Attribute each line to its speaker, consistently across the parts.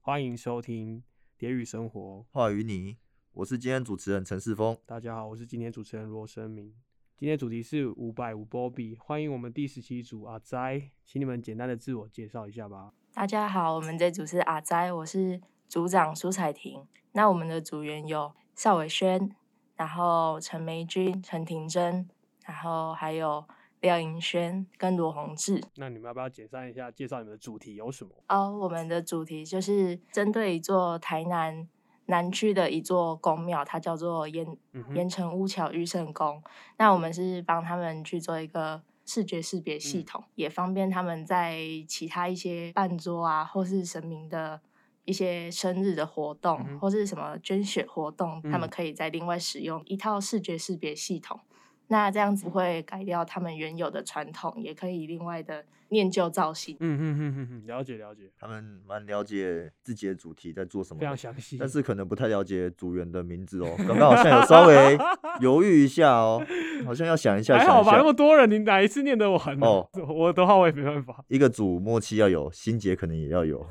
Speaker 1: 欢迎收听《蝶语生活》。
Speaker 2: 话与你，我是今天主持人陈世峰。
Speaker 1: 大家好，我是今天主持人罗生明。今天主题是五百五 Bobby，欢迎我们第十七组阿斋，请你们简单的自我介绍一下吧。
Speaker 3: 大家好，我们这组是阿斋，我是组长苏彩婷。那我们的组员有邵伟轩，然后陈梅君、陈婷珍，然后还有廖银轩跟罗宏志。
Speaker 1: 那你们要不要简单一下介绍你们的主题有什么？
Speaker 3: 哦，我们的主题就是针对一座台南南区的一座宫庙，它叫做盐
Speaker 1: 嗯哼
Speaker 3: 盐城乌桥御圣宫。那我们是帮他们去做一个视觉识别系
Speaker 1: 嗯
Speaker 3: 统，也方便他们在其他一些办桌啊，或是神明的一些生日的活动，
Speaker 1: 嗯哼
Speaker 3: 或是什么捐血活动，他
Speaker 1: 嗯
Speaker 3: 们可以再另外使用一套视觉识别系统。那这样子会改掉他们原有的传统，也可以另外的念旧造型。
Speaker 1: 嗯哼哼哼哼，了解了解，
Speaker 2: 他们蛮了解自己的主题在做什么
Speaker 1: 非常
Speaker 2: 的，
Speaker 1: 详细。
Speaker 2: 但是可能不太了解组员的名字哦。刚刚好像有 稍微犹豫一下哦，好像要想一下，
Speaker 1: 还
Speaker 2: 想
Speaker 1: 好
Speaker 2: 一
Speaker 1: 吧，那么
Speaker 2: 下。
Speaker 1: 多人，你哪一次念得完、呢？
Speaker 2: 哦
Speaker 1: 我的话我也没办法。
Speaker 2: 一个组默契要有，心结可能也要有。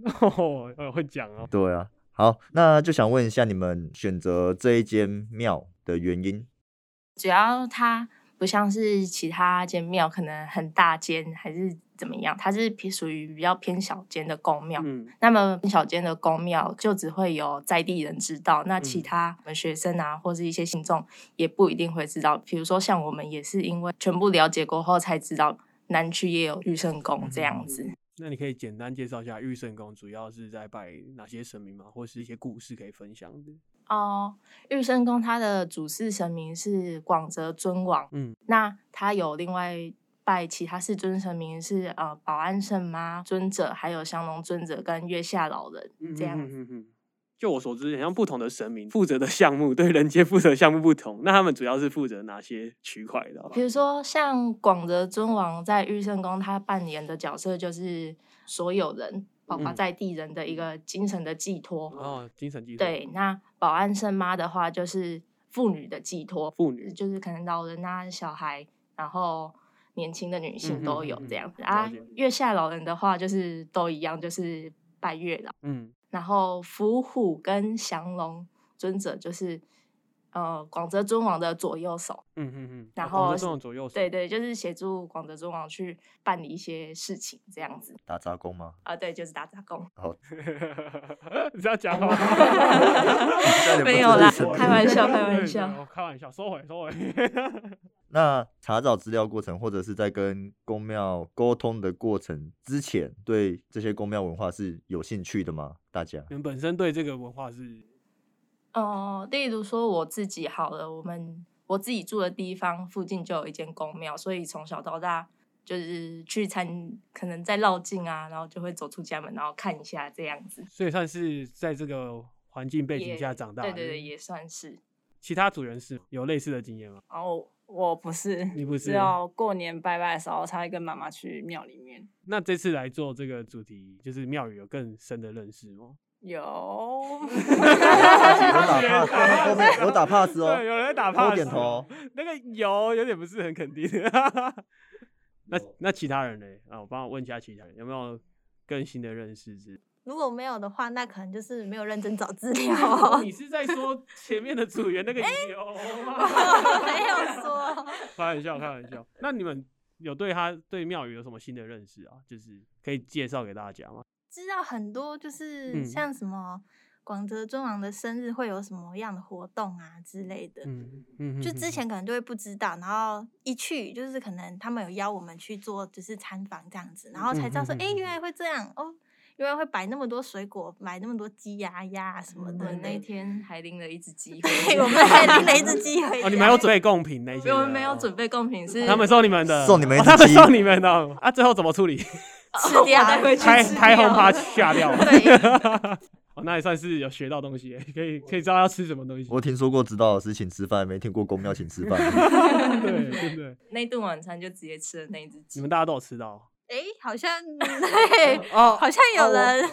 Speaker 1: 然后 哦，我会讲哦。
Speaker 2: 对啊，好，那就想问一下你们选择这一间庙的原因。
Speaker 3: 主要它不像是其他间庙，可能很大间还是怎么样，它是偏属于比较偏小间的宫庙。
Speaker 1: 嗯
Speaker 3: 那么偏小间的宫庙就只会有在地人知道，那其
Speaker 1: 嗯
Speaker 3: 他我们学生啊，或是一些信众也不一定会知道。比如说像我们也是因为全部了解过后才知道南区也有御圣宫这样子。
Speaker 1: 嗯那你可以简单介绍一下御圣宫主要是在拜哪些神明吗？或是一些故事可以分享的？
Speaker 3: 哦，御圣宫它的主事神明是广泽尊王，
Speaker 1: 嗯，
Speaker 3: 那它有另外拜其他四尊神明是呃保安圣妈尊者，还有降龙尊者跟月下老人这样子。
Speaker 1: 嗯嗯。就我所知，好像不同的神明负责的项目对人间负责的项目不同，那他们主要是负责哪些区块的啊？
Speaker 3: 比如说，像广泽尊王在御圣宫，他扮演的角色就是所有人，包括
Speaker 1: 嗯
Speaker 3: 在地人的一个精神的寄托。
Speaker 1: 哦，精神寄托，
Speaker 3: 对，那保安圣妈的话就是妇女的寄托，
Speaker 1: 妇女
Speaker 3: 就是可能老人啊、小孩，然后年轻的女
Speaker 1: 嗯
Speaker 3: 性
Speaker 1: 哼
Speaker 3: 都
Speaker 1: 嗯
Speaker 3: 有
Speaker 1: 哼
Speaker 3: 这样子、
Speaker 1: 了
Speaker 3: 啊
Speaker 1: 解。
Speaker 3: 月下老人的话就是都一样，就是拜月老，
Speaker 1: 嗯，
Speaker 3: 然后伏虎跟降龙尊者就是呃广泽尊王的左右手，
Speaker 1: 嗯嗯嗯，
Speaker 3: 然
Speaker 1: 哦广
Speaker 3: 后
Speaker 1: 泽
Speaker 3: 是
Speaker 1: 这种左右手，
Speaker 3: 对，对，就是协助广泽尊王去办理一些事情这样子
Speaker 2: 打杂工吗？
Speaker 3: 啊，对，就是打杂工，
Speaker 1: 你是要讲吗？
Speaker 2: 这样也不
Speaker 3: 没
Speaker 2: 是
Speaker 3: 有啦
Speaker 2: 日神
Speaker 3: 开玩笑开玩
Speaker 1: 对
Speaker 3: 笑
Speaker 1: 对我开玩笑，收回，收回。
Speaker 2: 那查找资料过程，或者是在跟公庙沟通的过程之前，对这些公庙文化是有兴趣的吗？大家
Speaker 1: 你们本身对这个文化是，
Speaker 3: 哦，例如说我自己好了，我们我自己住的地方附近就有一间公庙，所以从小到大就是去参，可能在绕境啊，然后就会走出家门，然后看一下这样子。
Speaker 1: 所以算是在这个环境背景
Speaker 3: 也
Speaker 1: 下长大的。
Speaker 3: 对对对，也算是。
Speaker 1: 其他组员是有类似的经验吗？
Speaker 4: 然后我不是，
Speaker 1: 你不是
Speaker 4: 只有过年拜拜的时候才会跟妈妈去庙里面。
Speaker 1: 那这次来做这个主题，就是庙宇有更深的认识吗？
Speaker 4: 有，
Speaker 2: 哦有打 pass，后面有打 pass 哦，
Speaker 1: 对，有哦人在打 pass，
Speaker 2: 多点头。
Speaker 1: 那个有有点不是很肯 定。那那其他人呢？啊，我帮我问一下其他人有没有更新的认识 之类的？
Speaker 5: 如果没有的话，那可能就是没有认真找资料 哦。
Speaker 1: 你是在说前面的组员那
Speaker 3: 哎
Speaker 1: 个有 吗？
Speaker 5: 没有说，
Speaker 1: 开玩笑，开玩笑。那你们有对他对庙宇有什么新的认识啊？就是可以介绍给大家吗？
Speaker 5: 知道很多就是
Speaker 1: 嗯
Speaker 5: 像什么广泽尊王的生日会有什么样的活动啊之类的，
Speaker 1: 嗯嗯
Speaker 5: 就之前可能就会不知道，然后一去就是可能他们有邀我们去做就是参访这样子，然后才知道
Speaker 1: 嗯
Speaker 5: 说，
Speaker 1: 嗯嗯
Speaker 5: 哎、
Speaker 1: 嗯
Speaker 5: 原来会这样哦，原来会摆那么多水果，买那么多鸡呀、鸭啊什么
Speaker 3: 我
Speaker 5: 的
Speaker 3: 们那一
Speaker 5: 那。
Speaker 3: 天还拎了一只鸡
Speaker 5: 对， 我们还拎了一只鸡回家。
Speaker 1: 哦，你们有准备贡品那些的？
Speaker 3: 我们没有
Speaker 1: 哦
Speaker 3: 准备贡品，是
Speaker 1: 他们送你们的，
Speaker 2: 送你们一
Speaker 1: 哦
Speaker 2: 只
Speaker 1: 他们
Speaker 2: 鸡
Speaker 1: 送你们的哦啊，最后怎么处理？
Speaker 3: 吃掉带哦回去
Speaker 1: 开
Speaker 3: 吃
Speaker 1: 开轰
Speaker 3: 掉
Speaker 1: 趴吓掉 了。
Speaker 5: 对，
Speaker 1: 哦，那也算是有学到东西耶，可以可以知道要吃什么东西。
Speaker 2: 我听说过指导老师请吃饭，没听过公庙请吃饭。
Speaker 1: 对对对，
Speaker 3: 那顿晚餐就直接吃了那一只
Speaker 1: 你
Speaker 3: 鸡
Speaker 1: 们。大家都有吃到
Speaker 5: 哎，好像对，
Speaker 1: 哦
Speaker 5: 好像有人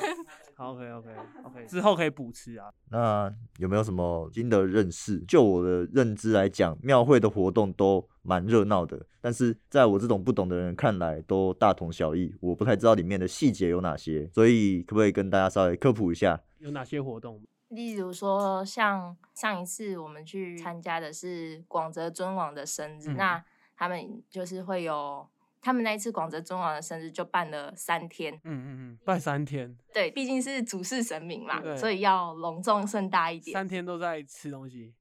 Speaker 1: 好，OK OK OK，之后可以补吃啊。
Speaker 2: 那有没有什么新的认识？就我的认知来讲，庙会的活动都蛮热闹的，但是在我这种不懂的人看来，都大同小异。我不太知道里面的细节有哪些，所以可不可以跟大家稍微科普一下？
Speaker 1: 有哪些活动？
Speaker 3: 例如说，像上一次我们去参加的是广泽尊王的生日，
Speaker 1: 嗯
Speaker 3: 那他们就是会有，他们那一次广泽尊王的生日就办了三天，
Speaker 1: 嗯嗯嗯，拜三天，
Speaker 3: 对，毕竟是主事神明嘛
Speaker 1: 对，
Speaker 3: 所以要隆重盛大一点。
Speaker 1: 三天都在吃东西。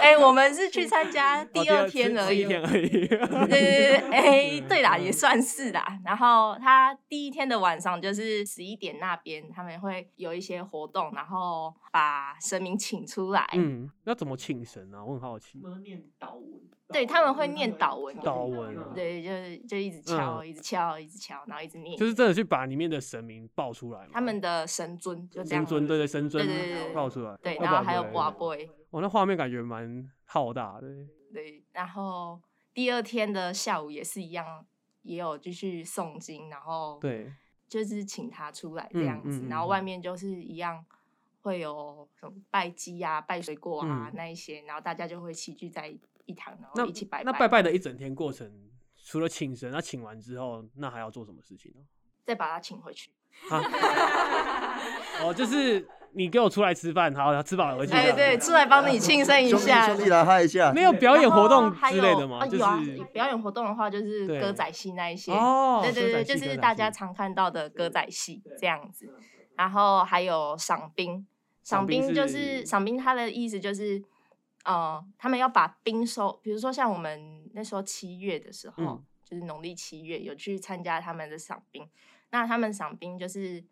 Speaker 3: 哎、我们是去参加
Speaker 1: 哦
Speaker 3: 第二天
Speaker 1: 吃
Speaker 3: 而
Speaker 1: 吃
Speaker 3: 已
Speaker 1: 一，天而已。
Speaker 3: 对对对，哎、对啦，
Speaker 1: 嗯
Speaker 3: 也算是啦。然后他第一天的晚上就是十一点那边，他们会有一些活动，然后把神明请出来。
Speaker 1: 嗯，那怎么请神啊？我很好奇。
Speaker 6: 念祷文，
Speaker 3: 对他们会念祷文
Speaker 1: 祷文
Speaker 3: 对，就是就一直敲，一直敲，一直敲，然后一直念。
Speaker 1: 嗯就是真的去把里面的神明报出来吗，
Speaker 3: 他们的神尊就这样
Speaker 1: 神
Speaker 3: 子。
Speaker 1: 尊，对对，神尊
Speaker 3: 对对对
Speaker 1: 报出来。
Speaker 3: 对，
Speaker 1: 要
Speaker 3: 然后
Speaker 1: 不
Speaker 3: 还有
Speaker 1: 不
Speaker 3: 寡
Speaker 1: 然
Speaker 3: 杯，
Speaker 1: 哦，那画面感觉蛮浩大的。
Speaker 3: 对，然后第二天的下午也是一样，也有继续诵经，然后，
Speaker 1: 对，
Speaker 3: 就是请他出来这
Speaker 1: 嗯
Speaker 3: 样子，
Speaker 1: 嗯
Speaker 3: 然后
Speaker 1: 嗯
Speaker 3: 外面就是一样会有什么拜鸡啊、拜水果啊、
Speaker 1: 嗯
Speaker 3: 那一些，然后大家就会齐聚在一堂，然
Speaker 1: 那
Speaker 3: 后一起拜
Speaker 1: 那拜拜的一整天过程，除了请神，那请完之后，那还要做什么事情呢？
Speaker 3: 再把他请回去。
Speaker 1: 啊，哦，就是你给我出来吃饭，好，吃饱了回去。
Speaker 3: 哎，对，出来帮你庆哎生一
Speaker 2: 兄弟
Speaker 3: 下。
Speaker 2: 兄弟来嗨一下，
Speaker 1: 没有表演
Speaker 3: 然后
Speaker 1: 活动
Speaker 3: 还
Speaker 1: 之类
Speaker 3: 有
Speaker 1: 的吗？
Speaker 3: 啊
Speaker 1: 就
Speaker 3: 有啊，
Speaker 1: 是
Speaker 3: 表演活动的话就是
Speaker 1: 对
Speaker 3: 歌仔戏那一些。
Speaker 1: 哦，
Speaker 3: 对
Speaker 1: 歌
Speaker 3: 对对，
Speaker 1: 仔
Speaker 3: 就
Speaker 1: 戏歌仔
Speaker 3: 是大家
Speaker 1: 戏
Speaker 3: 常看到的歌仔戏这样子。然后还有赏冰，赏
Speaker 1: 赏冰
Speaker 3: 冰就是是赏冰，它的意思就是，呃，他们要把冰收，比如说像我们那时候七月的时候，
Speaker 1: 嗯
Speaker 3: 就是农历七月有去参加他们的赏冰，那他们赏冰就是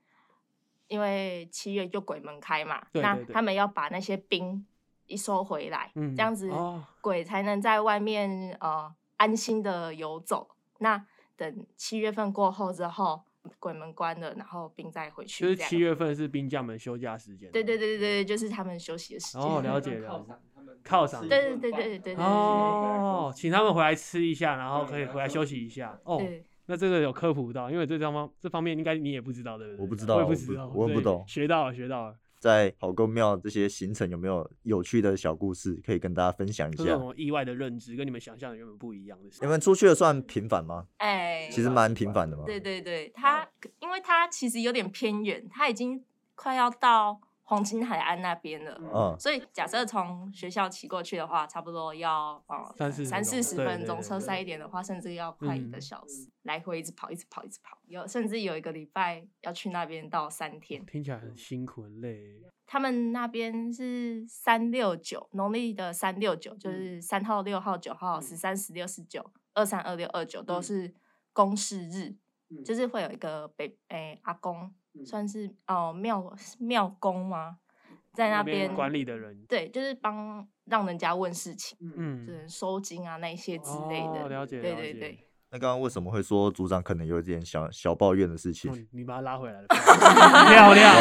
Speaker 3: 因为七月就鬼门开嘛，
Speaker 1: 对
Speaker 3: 那
Speaker 1: 对对
Speaker 3: 他们要把那些冰一收回来，
Speaker 1: 嗯
Speaker 3: 这样子
Speaker 1: 哦
Speaker 3: 鬼才能在外面呃安心的游走。那等七月份过后之后，鬼门关了，然后冰再回去，
Speaker 1: 就是
Speaker 3: 这样
Speaker 1: 七月份是兵将们休假时间。
Speaker 3: 对对。对对对，就是他们休息的时间。
Speaker 1: 哦了解了解犒赏
Speaker 3: 对对对对对对
Speaker 1: 哦，请他们回来吃一下，然后可以回来休息一下。哦，
Speaker 3: 对，
Speaker 1: 那这个有科普到，因为这地方这方面应该你也不知道，对不对？
Speaker 2: 我不知
Speaker 1: 我也
Speaker 2: 道
Speaker 1: 不
Speaker 2: 我
Speaker 1: 知
Speaker 2: 不
Speaker 1: 道，
Speaker 2: 我也不
Speaker 1: 对
Speaker 2: 懂
Speaker 1: 学到了，学到了。
Speaker 2: 在好公庙这些行程有没有有趣的小故事可以跟大家分享一
Speaker 1: 这种
Speaker 2: 下
Speaker 1: 什？么意外的认知，跟你们想象的原本不一样的事。
Speaker 2: 你们出去的算频繁吗？
Speaker 3: 哎，
Speaker 2: 其实蛮频繁的嘛。
Speaker 3: 对对对，他因为他其实有点偏远，他已经快要到黄金海岸那边了。
Speaker 2: 嗯，
Speaker 3: 所以假设从学校骑过去的话，差不多要呃
Speaker 1: 30
Speaker 3: 三四十
Speaker 1: 分钟
Speaker 3: 分
Speaker 1: 对对
Speaker 3: 钟，
Speaker 1: 对
Speaker 3: 车塞一点的话，甚至要快一个
Speaker 1: 嗯
Speaker 3: 小时，来回一直跑，一直跑，一直跑。有甚至有一个礼拜要去那边到三天，
Speaker 1: 听起来很辛苦很累。
Speaker 3: 他们那边是三六九，农历的三六九
Speaker 1: 嗯
Speaker 3: 就是三号、六号、九号、十三、十六、十九、二三、二六、二九
Speaker 1: 嗯
Speaker 3: 都是公示日，就是会有一个北诶、阿公，
Speaker 1: 嗯
Speaker 3: 算是哦庙庙公吗？在那边
Speaker 1: 管理的人，
Speaker 3: 对，就是帮让人家问事情，
Speaker 1: 嗯，
Speaker 3: 就是收金啊那一些之类
Speaker 1: 哦
Speaker 3: 的。
Speaker 1: 了解
Speaker 3: 对
Speaker 1: 了
Speaker 3: 对
Speaker 1: 解
Speaker 3: 对，
Speaker 2: 那刚刚为什么会说组长可能有一点小小抱怨的事情
Speaker 1: 哦？你把他拉回 来了，漂亮。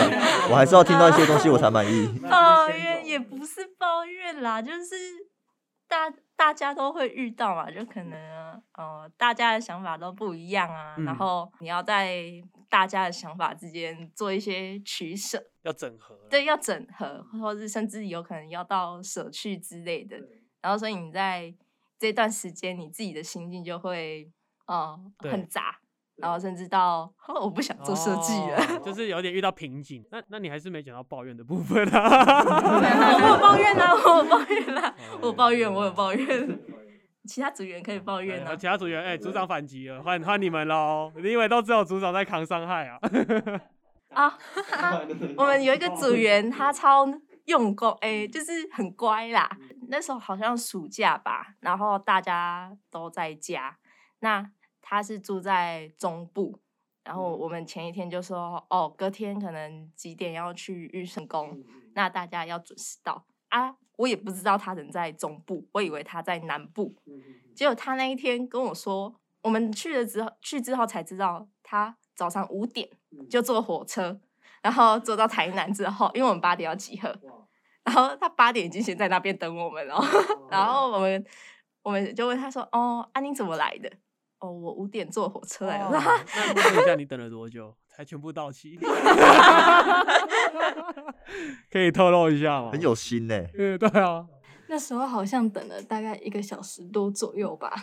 Speaker 2: 我还是要听到一些东西我才满意。
Speaker 1: 嗯
Speaker 3: 抱怨也不是抱怨啦，就是大大家都会遇到嘛，就可能呃大家的想法都不一样啊，
Speaker 1: 嗯
Speaker 3: 然后你要在大家的想法之间做一些取舍，
Speaker 1: 要整合了。
Speaker 3: 对，要整合，或是甚至有可能要到舍去之类的。然后，所以你在这段时间，你自己的心境就会呃
Speaker 1: 对
Speaker 3: 很杂，然后甚至到我不想
Speaker 1: 哦，
Speaker 3: 做设计了。
Speaker 1: 就是有点遇到瓶颈。那那你还是没讲到抱怨的部分啊。
Speaker 3: 我有抱怨啦，我有抱怨 啦，我有抱
Speaker 1: 哦
Speaker 3: 怨，我有抱怨。 其他组员可以抱怨
Speaker 1: 哎
Speaker 3: 啊
Speaker 1: 其，他组员，哎、组长反击了，换换你们喽！你以为都只有组长在扛伤害啊？
Speaker 3: 啊， 我们有一个组员，他超用功，哎、就是很乖啦。那时候好像暑假吧，然后大家都在家，那他是住在中部。然后我们前一天就说，哦，隔天可能几点要去玉圣宫，那大家要准时到啊。我也不知道他人在中部，我以为他在南部，结果他那一天跟我说，我们去了之后，去之后才知道，他早上五点就坐火车，然后坐到台南之后，因为我们八点要集合，然后他八点已经先在那边等我们了， 然后我们我们就问他说：“哦，啊你怎么来的？”哦，我五点坐火车来的。
Speaker 1: 那问一下你等了多久？才全部到齐。可以透露一下吗？
Speaker 2: 很，有心呢、
Speaker 1: 嗯，对啊，
Speaker 3: 那时候好像等了大概一个小时多左右 吧，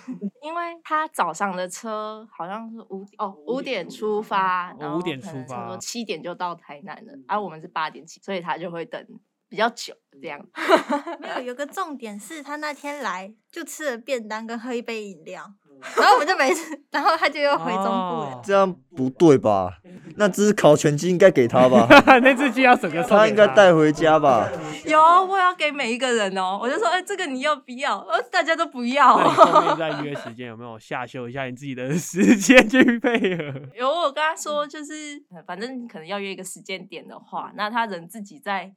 Speaker 3: 因为他早上的车好像是五哦五点出发，嗯然
Speaker 1: 哦
Speaker 3: 后
Speaker 1: 5点
Speaker 3: 可能
Speaker 1: 出
Speaker 3: 差不多
Speaker 1: 发
Speaker 3: 七点就到台南了，而、我们是八点起，所以他就会等比较久这样。
Speaker 5: 没有，有个重点是他那天来就吃了便当跟喝一杯饮料，然后我们就没事，然后他就又回中部了。
Speaker 1: 哦
Speaker 2: 这样不对吧？那只烤全鸡应该给 他吧，
Speaker 1: 那只鸡要整个送
Speaker 2: 他
Speaker 1: 给
Speaker 2: 应该
Speaker 1: 他
Speaker 2: 带回家吧。
Speaker 3: 有，我要给每一个人哦，我就说，哎、这个你要不要？呃，大家都不要
Speaker 1: 那你后面再约时间有没有下修一下你自己的时间去配合？
Speaker 3: 有我跟他说，就是呃反正可能要约一个时间点的话，那他人自己在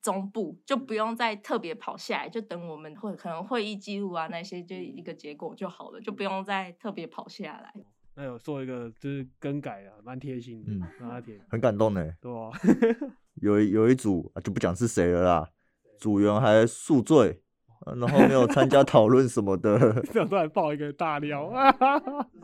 Speaker 3: 中部，就不用再特别跑下来，就等我们会可能会议记录啊那些，就一个结果就好了，就不用再特别跑下来。
Speaker 1: 那有做一个就是更改啊，蛮贴心的，
Speaker 2: 嗯
Speaker 1: 蛮贴心，
Speaker 2: 很感动呢、
Speaker 1: 对啊吧、
Speaker 2: 有一有一组啊就不讲是谁了啦，组员还宿醉，呃然后没有参加讨论什么的
Speaker 1: ，这样突然爆一个大料，
Speaker 2: 嗯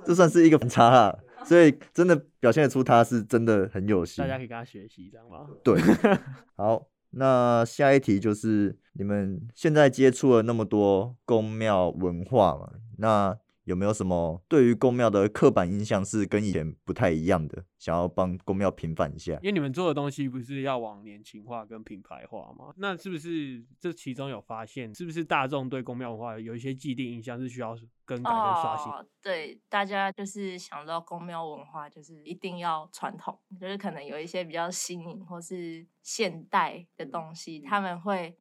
Speaker 2: 这算是一个反差啦。所以真的表现得出他是真的很有心
Speaker 1: 大。家可以跟他学习，知道吗？
Speaker 2: 对， 好，那下一题就是你们现在接触了那么多宫庙文化嘛，那有没有什么对于宫庙的刻板印象是跟以前不太一样的？想要帮宫庙平反一下
Speaker 1: 因。为你们做的东西不是要往年轻化跟品牌化吗？那是不是这其中有发现，是不是大众对宫庙文化有一些既定印象是需要更改跟刷新？
Speaker 3: 哦，对，大家就是想到公庙文化，就是一定要传统，就是可能有一些比较新颖或是现代的
Speaker 1: 嗯
Speaker 3: 东西，他们会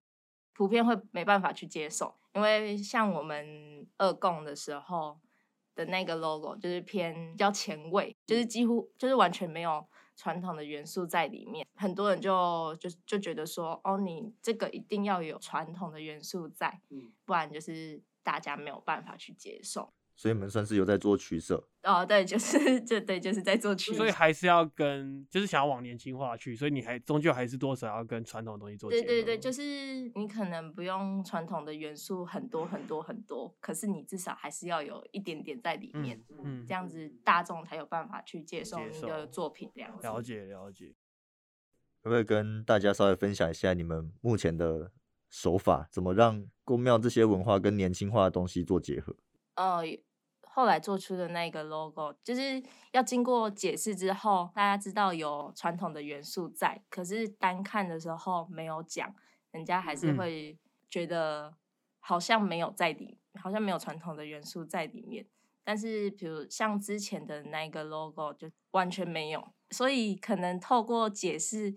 Speaker 3: 普遍会没办法去接受，因为像我们二供的时候的那个 logo 就是偏比较前卫，就是
Speaker 1: 嗯
Speaker 3: 几乎就是完全没有。传统的元素在里面，很多人就就就觉得说，哦，你这个一定要有传统的元素在，不然就是大家没有办法去接受。
Speaker 2: 所以你们算是有在做取舍。
Speaker 3: 哦，对，就是就对，就是在做取
Speaker 1: 所以
Speaker 3: 舍。
Speaker 1: 还是要跟，就是想要往年轻化去，所以你还终究还是多少要跟传统的东西做结
Speaker 3: 对
Speaker 1: 合。
Speaker 3: 对对，就是是你可能不用传统的元素很多很多很多，可是你至少还是要有一点点在里面，
Speaker 1: 嗯
Speaker 3: 这，样子大众才有办法去接受
Speaker 1: 接
Speaker 3: 你
Speaker 1: 受
Speaker 3: 的作品。这样子，
Speaker 1: 了解了解。
Speaker 2: 可不可以跟大家稍微分享一下你们目前的手法，怎么让宫庙这些文化跟年轻化的东西做结合？
Speaker 3: 呃，后来做出的那个 logo，就是要经过解释之后，大家知道有传统的元素在，可是单看的时候没有讲，人家还是
Speaker 1: 嗯
Speaker 3: 会觉得好像没有在里，好像没有传统的元素在里面。但是，比如像之前的那个 logo 就完全没有，所以可能透过解释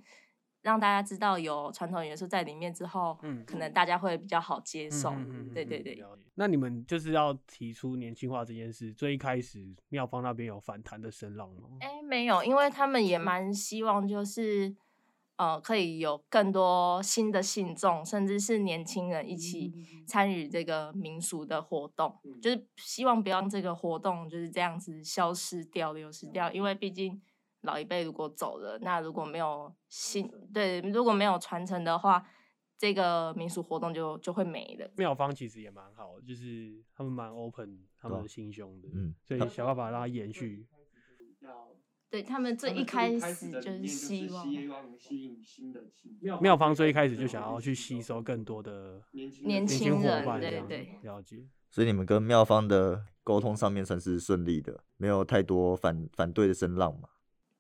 Speaker 3: 让大家知道有传统元素在里面之后，
Speaker 1: 嗯
Speaker 3: 可能大家会比较好接受。
Speaker 1: 嗯
Speaker 3: 对对对，
Speaker 1: 了解那你们就是要提出年轻化这件事，最一开始妙方那边有反弹的声浪吗？
Speaker 3: 哎，没有，因为他们也蛮希望就是，呃，可以有更多新的信众，甚至是年轻人一起参与这个民俗的活动，就是希望不要让这个活动就是这样子消失掉、流失掉，因为毕竟老一辈如果走了，那如果没有新对，如果没有传承的话，这个民俗活动就就会没了。
Speaker 1: 妙方其实也蛮好，就是他们蛮 open 他们的心胸的，
Speaker 2: 嗯，
Speaker 1: 所以想办法让它延续。
Speaker 3: 对他们最一开始就是希望。
Speaker 6: 吸引新的新
Speaker 1: 妙方最一开始就想要去吸收更多的
Speaker 6: 年轻
Speaker 3: 年
Speaker 1: 年轻
Speaker 3: 轻
Speaker 1: 伙
Speaker 3: 人
Speaker 1: 伴，
Speaker 3: 对
Speaker 1: 这样
Speaker 3: 对
Speaker 1: 了解。
Speaker 2: 所以你们跟庙方的沟通上面算是顺利的，没有太多反反对的声浪嘛？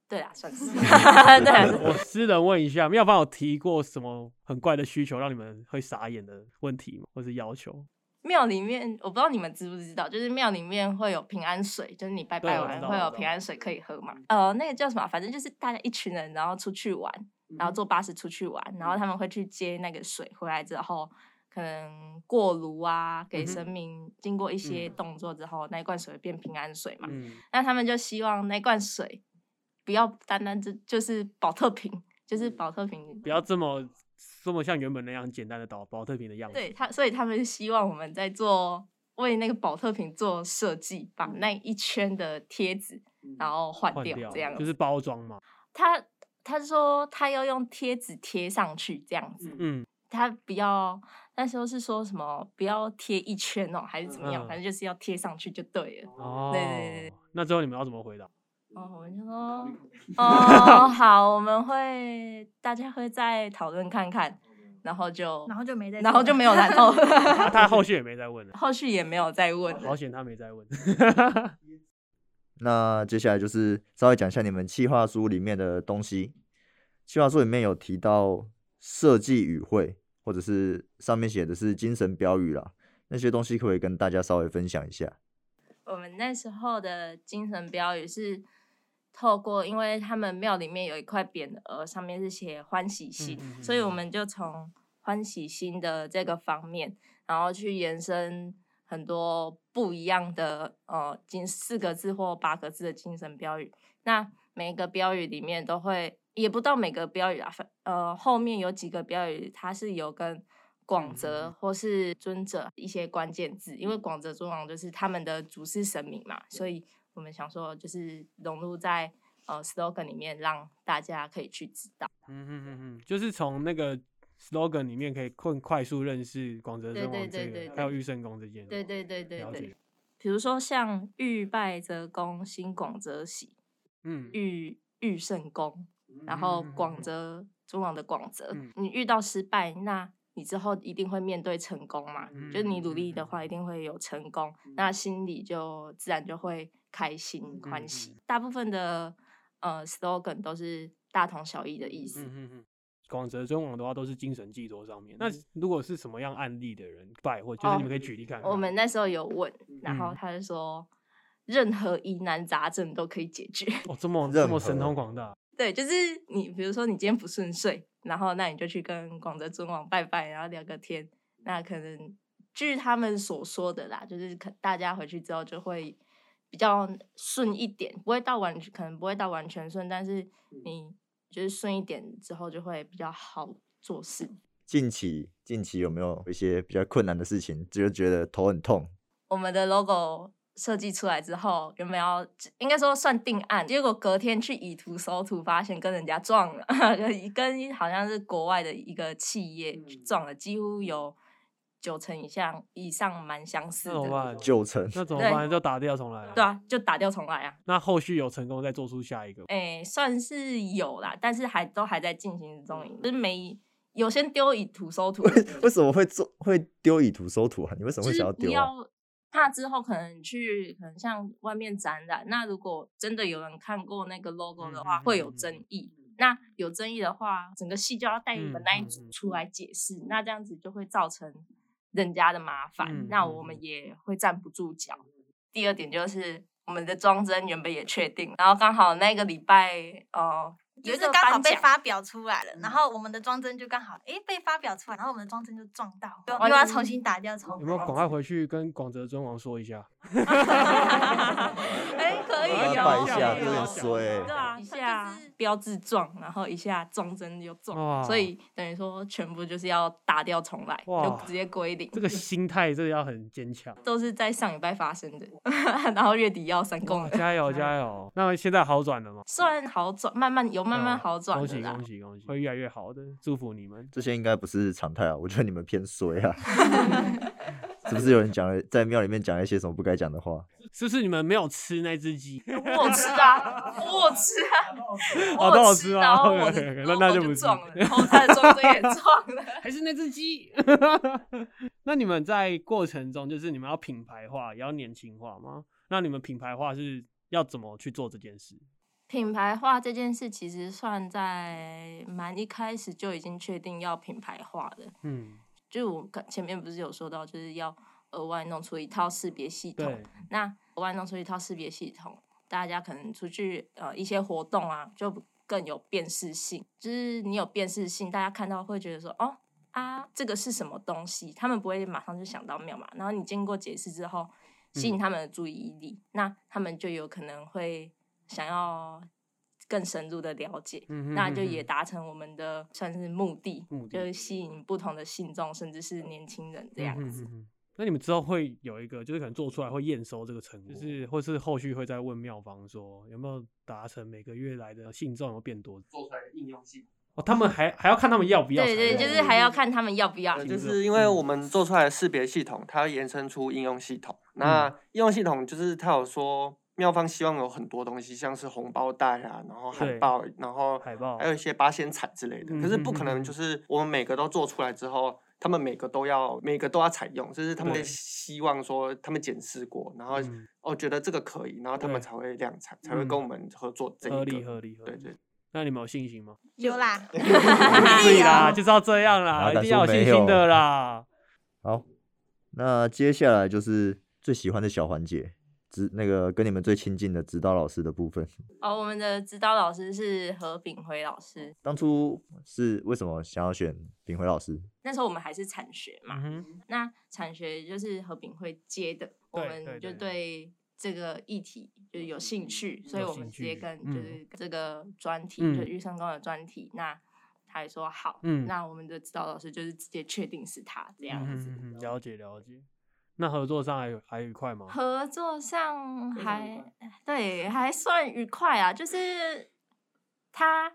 Speaker 3: 对啦， 算是对啦，
Speaker 1: 我私人问一下，妙方有提过什么很怪的需求让你们会傻眼的问题吗？或是要求？
Speaker 3: 庙里面，我不知道你们知不知道，就是庙里面会有平安水，就是你拜
Speaker 1: 对
Speaker 3: 拜
Speaker 1: 我知
Speaker 3: 完
Speaker 1: 道
Speaker 3: 会
Speaker 1: 我
Speaker 3: 有
Speaker 1: 知
Speaker 3: 平
Speaker 1: 道
Speaker 3: 安水可以喝嘛？呃，那个叫什么啊？反正就是大家一群人，然后出去玩，
Speaker 1: 嗯
Speaker 3: 然后坐巴士出去玩，然后他们会去接那个水，回来之后可能过炉啊，给
Speaker 1: 嗯哼
Speaker 3: 神明经过一些
Speaker 1: 嗯
Speaker 3: 动作之后，那一罐水会变平安水嘛？
Speaker 1: 嗯，
Speaker 3: 那他们就希望那罐水不要单单就就是保特瓶，就是保特瓶
Speaker 1: 嗯不要这么这么像原本那样简单的导保特瓶的样子。
Speaker 3: 对他，所以他们希望我们在做为那个保特瓶做设计，把那一圈的贴纸然后换
Speaker 1: 嗯换
Speaker 3: 掉，
Speaker 1: 掉
Speaker 3: 这样
Speaker 1: 就
Speaker 3: 子
Speaker 1: 是包装嘛。
Speaker 3: 他他说他要用贴纸贴上去这样子，
Speaker 1: 嗯，
Speaker 3: 他不要那时候是说什么不要贴一圈哦，还是怎么样，
Speaker 1: 嗯
Speaker 3: 反正就是要贴上去就对了。
Speaker 1: 哦，
Speaker 3: 对对对
Speaker 1: 那最后你们要怎么回答？
Speaker 3: 哦，我就说，哦， 好，我们会大家会再讨论看看，然后就
Speaker 5: 然后就没再，
Speaker 3: 然后就没有然 后，
Speaker 1: 他他后续也没再问了，
Speaker 3: 后续也没有再问了。
Speaker 1: 好险他没再问。
Speaker 2: 那接下来就是稍微讲一下你们企划书里面的东西。企划书里面有提到设计语汇，或者是上面写的是精神标语啦，那些东西可不可以跟大家稍微分享一下？
Speaker 3: 我们那时候的精神标语是透过，因为他们庙里面有一块匾额，上面是写欢喜心，
Speaker 1: 嗯嗯嗯
Speaker 3: 所以我们就从欢喜心的这个方面，然后去延伸很多不一样的呃，精四个字或八个字的精神标语。那每一个标语里面都会，也不到每个标语啊，反呃，后面有几个标语它是有跟
Speaker 1: 嗯
Speaker 3: 广泽或是尊者一些关键字，因为广泽尊王就是他们的主事神明嘛，所以我们想说就是融入在呃 slogan 里面，让大家可以去知道。
Speaker 1: 嗯哼哼哼，就是从那个 slogan 里面可以更快速认识广泽
Speaker 3: 对
Speaker 1: 尊
Speaker 3: 对
Speaker 1: 王这
Speaker 3: 对对
Speaker 1: 个，
Speaker 3: 对
Speaker 1: 还有御圣宫这件哦事。
Speaker 3: 对对对对
Speaker 1: 了解
Speaker 3: 对，比如说像欲拜则宫，兴广则喜，
Speaker 1: 嗯，
Speaker 3: 欲欲胜功，然后广泽中网的广泽
Speaker 1: 嗯，
Speaker 3: 你遇到失败，那你之后一定会面对成功嘛？
Speaker 1: 嗯
Speaker 3: 就你努力的话，一定会有成功，那心里就自然就会开心
Speaker 1: 嗯
Speaker 3: 欢喜。大部分的呃 slogan 都是大同小异的意
Speaker 1: 嗯
Speaker 3: 思。
Speaker 1: 嗯嗯，广泽尊王的话都是精神寄托上面。那如果是什么样案例的人拜或，就是
Speaker 3: 嗯哦
Speaker 1: 你们可以举例看看。
Speaker 3: 我们那时候有问，然后
Speaker 1: 嗯
Speaker 3: 他就说，任何疑难杂症都可以解决。
Speaker 1: 哦，这么这
Speaker 2: 任
Speaker 1: 么神
Speaker 2: 何
Speaker 1: 通广大，
Speaker 3: 对，就是你，比如说你今天不顺遂，然后那你就去跟广泽尊王拜拜，然后聊个天。那可能据他们所说的啦，就是可大家回去之后就会比较顺一点，不会到完，可能不会到完全顺，但是你就是顺一点之后就会比较好做事。
Speaker 2: 近期近期有没有一些比较困难的事情，就觉得头很痛？
Speaker 3: 我们的 logo 设计出来之后，有没有应该说算定案？结果隔天去以图搜图，发现跟人家撞了， 跟好像是国外的一个企业
Speaker 1: 嗯
Speaker 3: 撞了，几乎有九成以上以上蛮相似
Speaker 1: 那怎么
Speaker 3: 的。
Speaker 1: 办？
Speaker 2: 旧城
Speaker 1: 那怎么
Speaker 3: 对
Speaker 1: 办？就打掉重来。
Speaker 3: 对，啊，就打掉重来啊！
Speaker 1: 那后续有成功再做出下一个。
Speaker 3: 哎，算是有啦，但是还都还在进行中，
Speaker 1: 嗯
Speaker 3: 就是没有先丢以图搜图，
Speaker 2: 为什么会做会丢以图搜图啊？你为什么
Speaker 3: 就
Speaker 2: 会
Speaker 3: 是
Speaker 2: 想
Speaker 3: 不
Speaker 2: 丢啊？
Speaker 3: 要怕之后可能去可能像外面展览，那如果真的有人看过那个 logo 的话，
Speaker 1: 嗯嗯嗯
Speaker 3: 会有
Speaker 1: 嗯
Speaker 3: 争议。那有争议的话，整个戏就要带你们那一
Speaker 1: 嗯嗯
Speaker 3: 组
Speaker 1: 嗯
Speaker 3: 出来解释，那这样子就会造成人家的麻烦，
Speaker 1: 嗯
Speaker 3: 那
Speaker 1: 嗯
Speaker 3: 我们
Speaker 1: 嗯
Speaker 3: 也会站不住脚。第二点就是我们的装帧原本也确定，然后刚好那个礼拜呃。
Speaker 5: 就
Speaker 3: 有一
Speaker 5: 是
Speaker 3: 个
Speaker 5: 刚好
Speaker 3: 颁
Speaker 5: 被
Speaker 3: 奖
Speaker 5: 发表出来了，然后我们的装帧就刚好诶被发表出来，然后我们的装帧就撞到，又
Speaker 3: 哦
Speaker 5: 又要
Speaker 3: 你
Speaker 5: 重新打掉，重
Speaker 1: 有没有赶快回去跟广泽尊王说一下？
Speaker 3: 哎、可以
Speaker 2: 我
Speaker 3: 哦，
Speaker 2: 要摆一下
Speaker 3: 可以
Speaker 2: 这
Speaker 3: 哦
Speaker 2: 很衰欸
Speaker 3: 对啊，一下标志撞，然后一下撞针又
Speaker 1: 哇
Speaker 3: 撞，所以等于说全部就是要打掉重来，就
Speaker 1: 哇
Speaker 3: 直接归零。
Speaker 1: 这个心态真的要很坚强。
Speaker 3: 都是在上礼拜发生的， 然后月底要三公
Speaker 1: 哇
Speaker 3: 了，
Speaker 1: 加油加油！那现在好转了吗？
Speaker 3: 算好转，慢慢有慢慢
Speaker 1: 嗯
Speaker 3: 好转
Speaker 1: 恭
Speaker 3: 的
Speaker 1: 喜
Speaker 3: 啦。
Speaker 1: 恭喜恭喜，会越来越好的，祝福你们。
Speaker 2: 这些应该不是常态啊，我觉得你们偏衰 啊。是不是有人讲了在庙里面讲了一些什么不该讲的话？
Speaker 1: 是不是你们没有吃那只 鸡？
Speaker 3: 我有吃啊，我有吃啊，
Speaker 1: 哦
Speaker 3: 我
Speaker 1: 都有
Speaker 3: 有
Speaker 1: 吃啊
Speaker 3: 然后我
Speaker 1: OK，OK，
Speaker 3: 的
Speaker 1: OK，那
Speaker 3: logo
Speaker 1: 那就
Speaker 3: 就
Speaker 1: 不是
Speaker 3: 撞了，然后他的装针也撞了。
Speaker 1: 还是那只鸡？ 那你们在过程中，就是你们要品牌化，也要年轻化吗？那你们品牌化是要怎么去做这件事？
Speaker 3: 品牌化这件事，其实算在蛮一开始就已经确定要品牌化的。
Speaker 1: 嗯，
Speaker 3: 就是我刚前面不是有说到，就是要额外弄出一套识别系统
Speaker 1: 对。，
Speaker 3: 那额外弄出一套识别系统，大家可能出去呃一些活动啊，就更有辨识性。就是你有辨识性，大家看到会觉得说，哦啊，这个是什么东西？他们不会马上就想到庙嘛。然后你经过解释之后，吸引他们的注意力，那他们就有可能会想要更深入的了解。
Speaker 1: 嗯
Speaker 3: 那就也
Speaker 1: 嗯
Speaker 3: 达成我们的算是目的，
Speaker 1: 目的
Speaker 3: 就是吸引不同的信众，甚至是年轻人这样
Speaker 1: 嗯嗯
Speaker 3: 子。
Speaker 1: 嗯嗯那你们之后会有一个，就是可能做出来会验收这个成果，就是或是后续会再问妙方说有没有达成每个月来的信众有没有变多
Speaker 6: 做出来的应用性。
Speaker 1: 哦，他们还还要看他们要不要才
Speaker 3: 对
Speaker 1: 有。
Speaker 3: 对，就是还要看他们要不要
Speaker 6: 呃，。
Speaker 1: 嗯
Speaker 6: 就
Speaker 1: 就是
Speaker 6: 是因为我们做
Speaker 1: 嗯
Speaker 6: 出来的识别系统，它延伸出应用系统。那应用系统就是它有说
Speaker 7: 妙方希望有很多东西，像是红包袋啊，然后海
Speaker 1: 对
Speaker 7: 报，然后
Speaker 1: 海报
Speaker 7: 还有一些八仙彩之类的。可是不
Speaker 1: 嗯
Speaker 7: 可
Speaker 1: 嗯嗯嗯
Speaker 7: 能就是我们每个都做出来之后。他们每个都要，每个都要采用，就是他们
Speaker 1: 对
Speaker 7: 希望说他们检视过，然后、
Speaker 1: 嗯
Speaker 7: 哦觉得这个可以，然后他们
Speaker 1: 对
Speaker 7: 才会量产，才会
Speaker 1: 嗯
Speaker 7: 跟我们合作这一个。
Speaker 1: 合理嗯合理合
Speaker 7: 对
Speaker 1: 理。
Speaker 7: 对，
Speaker 1: 那你们有信心吗？
Speaker 5: 有啦，
Speaker 3: 哎
Speaker 1: 所以 啦，就是要这样啦，
Speaker 2: 哪
Speaker 1: 一
Speaker 2: 敢
Speaker 1: 定要有
Speaker 2: 说
Speaker 1: 信
Speaker 2: 没
Speaker 1: 心
Speaker 2: 有
Speaker 1: 的啦。
Speaker 2: 好，那接下来就是最喜欢的小环节，指那个跟你们最亲近的指导老师的部分。
Speaker 3: 哦，我们的指导老师是何炳辉老师，
Speaker 2: 当初是为什么想要选炳辉老师？
Speaker 3: 那时候我们还是产学 嘛，
Speaker 1: 嗯哼，
Speaker 3: 那产学就是何炳辉接的，我
Speaker 1: 对
Speaker 3: 们
Speaker 1: 对
Speaker 3: 就
Speaker 1: 对
Speaker 3: 对这个议题就是有兴趣，所以
Speaker 1: 有
Speaker 3: 我
Speaker 1: 兴
Speaker 3: 们直接
Speaker 1: 趣
Speaker 3: 跟
Speaker 1: 嗯
Speaker 3: 就是这个专题，
Speaker 1: 嗯
Speaker 3: 就玉生宫的专题，那他也说好，
Speaker 1: 嗯
Speaker 3: 那我们的指导老师就是直接确定是他这样
Speaker 1: 嗯
Speaker 3: 子。
Speaker 1: 哼哼，了解了解。那合作上还有还愉快吗？
Speaker 3: 合作上
Speaker 6: 非常愉
Speaker 3: 还对还算愉快啊，就是他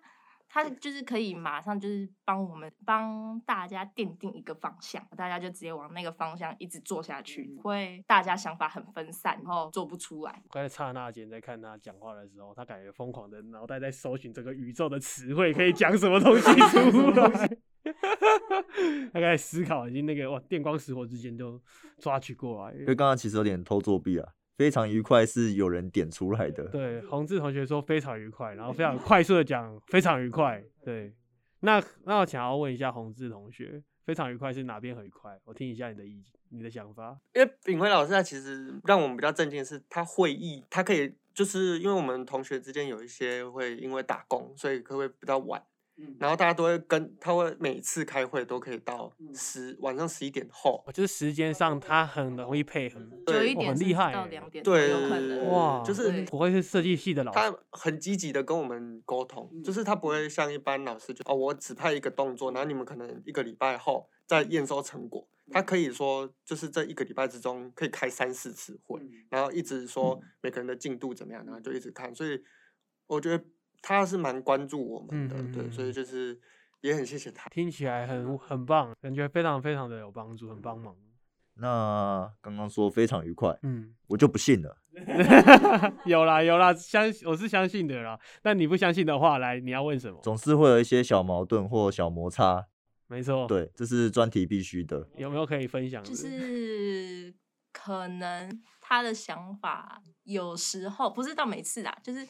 Speaker 3: 他就是可以马上就是帮我们帮大家奠定一个方向，大家就直接往那个方向一直做下去，不会大家想法很分散，然后做不出来。
Speaker 1: 我在刹那间在看他讲话的时候，他感觉疯狂的脑袋在搜寻整个宇宙的词汇，可以讲什么东西出来。 他开始思考，已经那个哇，电光石火之间就抓取过来了。
Speaker 2: 因为刚刚其实有点偷作弊啊，非常愉快是有人点出来的。
Speaker 1: 对，洪志同学说非常愉快，然后非常快速的讲非常愉快。对，那那我想要问一下洪志同学，非常愉快是哪边很愉快？我听一下你的意见，你的想法。
Speaker 7: 因为炳辉老师他其实让我们比较震惊的是，他会议他可以就是因为我们同学之间有一些会因为打工，所以可会比较晚，然后大家都会跟他会每次开会都可以到十晚上十一点后
Speaker 1: 哦，就是时间上他很容易配合。
Speaker 3: 久
Speaker 7: 对
Speaker 3: 一
Speaker 1: 哇
Speaker 3: 点
Speaker 1: 很
Speaker 3: 甚
Speaker 1: 厉
Speaker 3: 至
Speaker 1: 害
Speaker 3: 到
Speaker 1: 欸
Speaker 3: 两点都
Speaker 7: 对
Speaker 3: 有可能。
Speaker 1: 哇，
Speaker 7: 就是
Speaker 3: 对
Speaker 1: 不会是设计系的老师
Speaker 7: 他很积极的跟我们沟通，就是他不会像一般老师就哦我只派一个动作，然后你们可能一个礼拜后再验收成果，他可以说就是这一个礼拜之中可以开三四次会。然后一直说
Speaker 1: 嗯
Speaker 7: 每个人的进度怎么样，然后就一直看，所以我觉得他是蛮关注我们的，
Speaker 1: 嗯嗯
Speaker 7: 对，所
Speaker 1: 嗯
Speaker 7: 以就是也很谢谢他。
Speaker 1: 听起来很很棒，感觉非常非常的有帮助，很帮忙。
Speaker 2: 那刚刚说非常愉快，
Speaker 1: 嗯，
Speaker 2: 我就不信了。
Speaker 1: 有啦有啦，相我是相信的啦。但你不相信的话，来你要问什么？
Speaker 2: 总是会有一些小矛盾或小摩擦，
Speaker 1: 没错，，
Speaker 2: 对，这是专题必须的。
Speaker 1: 有没有可以分享的？
Speaker 3: 就是可能他的想法有时候不是到每次啦，就是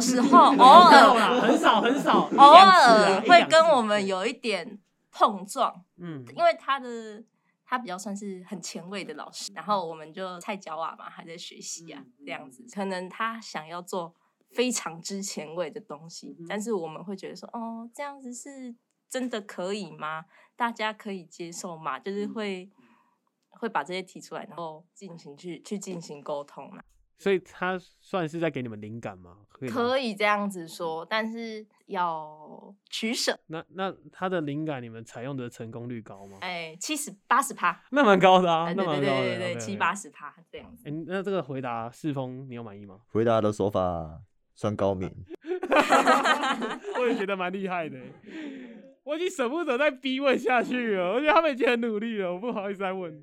Speaker 3: 时候偶尔
Speaker 1: 很少很少，
Speaker 3: 偶
Speaker 1: 啊
Speaker 3: 尔会跟我们有一点碰撞，
Speaker 1: 嗯，
Speaker 3: 因为他的他比较算是很前卫的老
Speaker 1: 嗯
Speaker 3: 师，然后我们就菜鸟啊嘛，还在学习啊这样
Speaker 1: 嗯
Speaker 3: 子，可能他想要做非常之前卫的东西，
Speaker 1: 嗯
Speaker 3: 但是我们会觉得说，哦，这样子是真的可以吗？大家可以接受吗？就是
Speaker 1: 嗯
Speaker 3: 会。会把这些提出来，然后进行去去进行沟通啊啦
Speaker 1: 所以他算是在给你们灵感吗？可以吗
Speaker 3: 可以这样子说，但是要取舍。
Speaker 1: 那那他的灵感你们采用的成功率高吗？
Speaker 3: 哎，七十八十趴，
Speaker 1: 那蛮高的啊，
Speaker 3: 哎
Speaker 1: 那
Speaker 3: 对
Speaker 1: 蛮
Speaker 3: 对
Speaker 1: 高的
Speaker 3: 对对对，
Speaker 1: OK，OK
Speaker 3: 七八。十趴这样子。
Speaker 1: 哎，那这个回答世峰，你有满意吗？
Speaker 2: 回答的手法算高明，
Speaker 1: 我也觉得蛮厉害的 欸。我已经舍不得再逼问下去了，我觉得他们已经很努力了，我不好意思再问。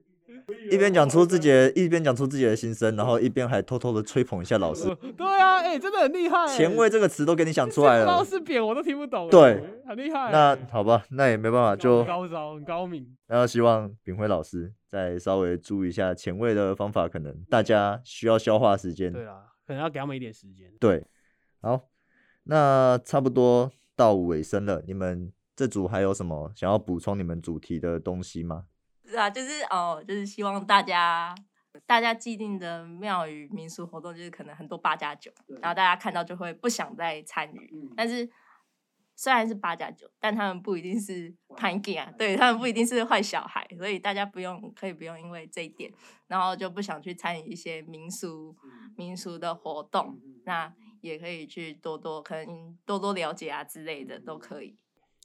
Speaker 2: 一边讲出自己的，一边讲出自己的心声，然后一边还偷偷的吹捧一下老师。
Speaker 1: 对啊，哎、真的很厉害欸、
Speaker 2: 前卫这个词都给你想出来
Speaker 1: 这不知道
Speaker 2: 了，
Speaker 1: 是扁我都听不懂欸。
Speaker 2: 对
Speaker 1: 很厉害欸。
Speaker 2: 那好吧，那也没办法，就
Speaker 1: 很高招，很高明。
Speaker 2: 那希望炳辉老师再稍微注意一下前卫的方法，可能大家需要消化时间。
Speaker 1: 对啊啦，可能要给他们一点时间。
Speaker 2: 对，好，那差不多到尾声了，你们这组还有什么想要补充你们主题的东西吗？
Speaker 3: 是啊，就是哦，就是希望大家大家既定的庙宇民俗活动，就是可能很多八加九，然后大家看到就会不想再参与。但是虽然是八加九，但他们不一定是叛逆啊，对他们不一定是坏小孩，所以大家不用可以不用因为这一点，然后就不想去参与一些民俗民俗的活动，那也可以去多多可能多多了解啊之类的都可以。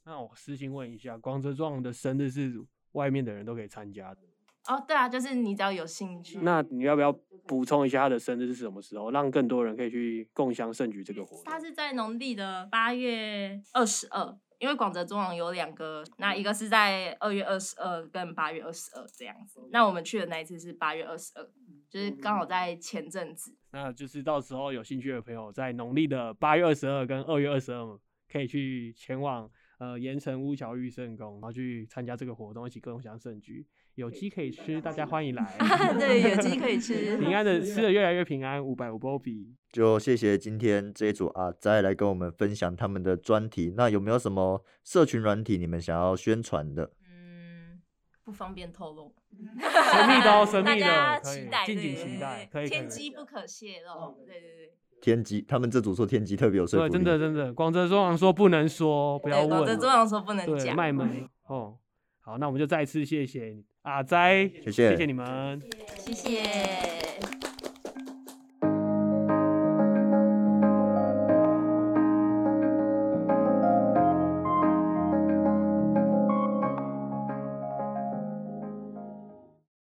Speaker 1: 那我私信问一下，光泽壮的生日是外面的人都可以参加的，
Speaker 3: 哦，对啊，就是你只要有兴趣，
Speaker 1: 那你要不要补充一下他的生日是什么时候，让更多人可以去共襄盛举这个活动？
Speaker 3: 它是在农历的八月二十二，因为广泽中网有两个，那
Speaker 1: 嗯
Speaker 3: 一个是
Speaker 1: 嗯
Speaker 3: 在二月二十二跟八月二十二这样子。那我们去的那一次是八月二十二，就是刚好在前 阵子。。
Speaker 1: 那就是到时候有兴趣的朋友，在农历的八月二十二跟二月二十二，可以去前往呃盐城乌桥玉圣宫，然后去参加这个活动，一起共享盛举。有鸡可以吃，大家欢迎来
Speaker 3: 对，有 机可以吃。
Speaker 1: 平安的吃的越来越平安，五百五波比。
Speaker 2: 就谢谢今天这一组阿仔来跟我们分享他们的专题。那有没有什么社群软体你们想要宣传的？
Speaker 3: 嗯，不方便透露。
Speaker 1: 神秘的哦，神秘的，
Speaker 3: 大家
Speaker 1: 可
Speaker 3: 期
Speaker 1: 以
Speaker 3: 待，
Speaker 1: 敬
Speaker 3: 对
Speaker 1: 请期待，可以。哦可
Speaker 3: 天
Speaker 1: 以
Speaker 3: 机不可泄露。对对对。
Speaker 2: 天机，他们这组说天机特别有说
Speaker 1: 对，
Speaker 2: 服力，
Speaker 1: 真的真的，广泽中王说不能说，不要
Speaker 3: 对，广
Speaker 1: 问
Speaker 3: 泽。中阳说不能
Speaker 1: 对，
Speaker 3: 讲。
Speaker 1: 卖萌哦。好，那我们就再次谢谢阿斋，
Speaker 2: 谢
Speaker 1: 谢谢你们。
Speaker 3: 谢谢。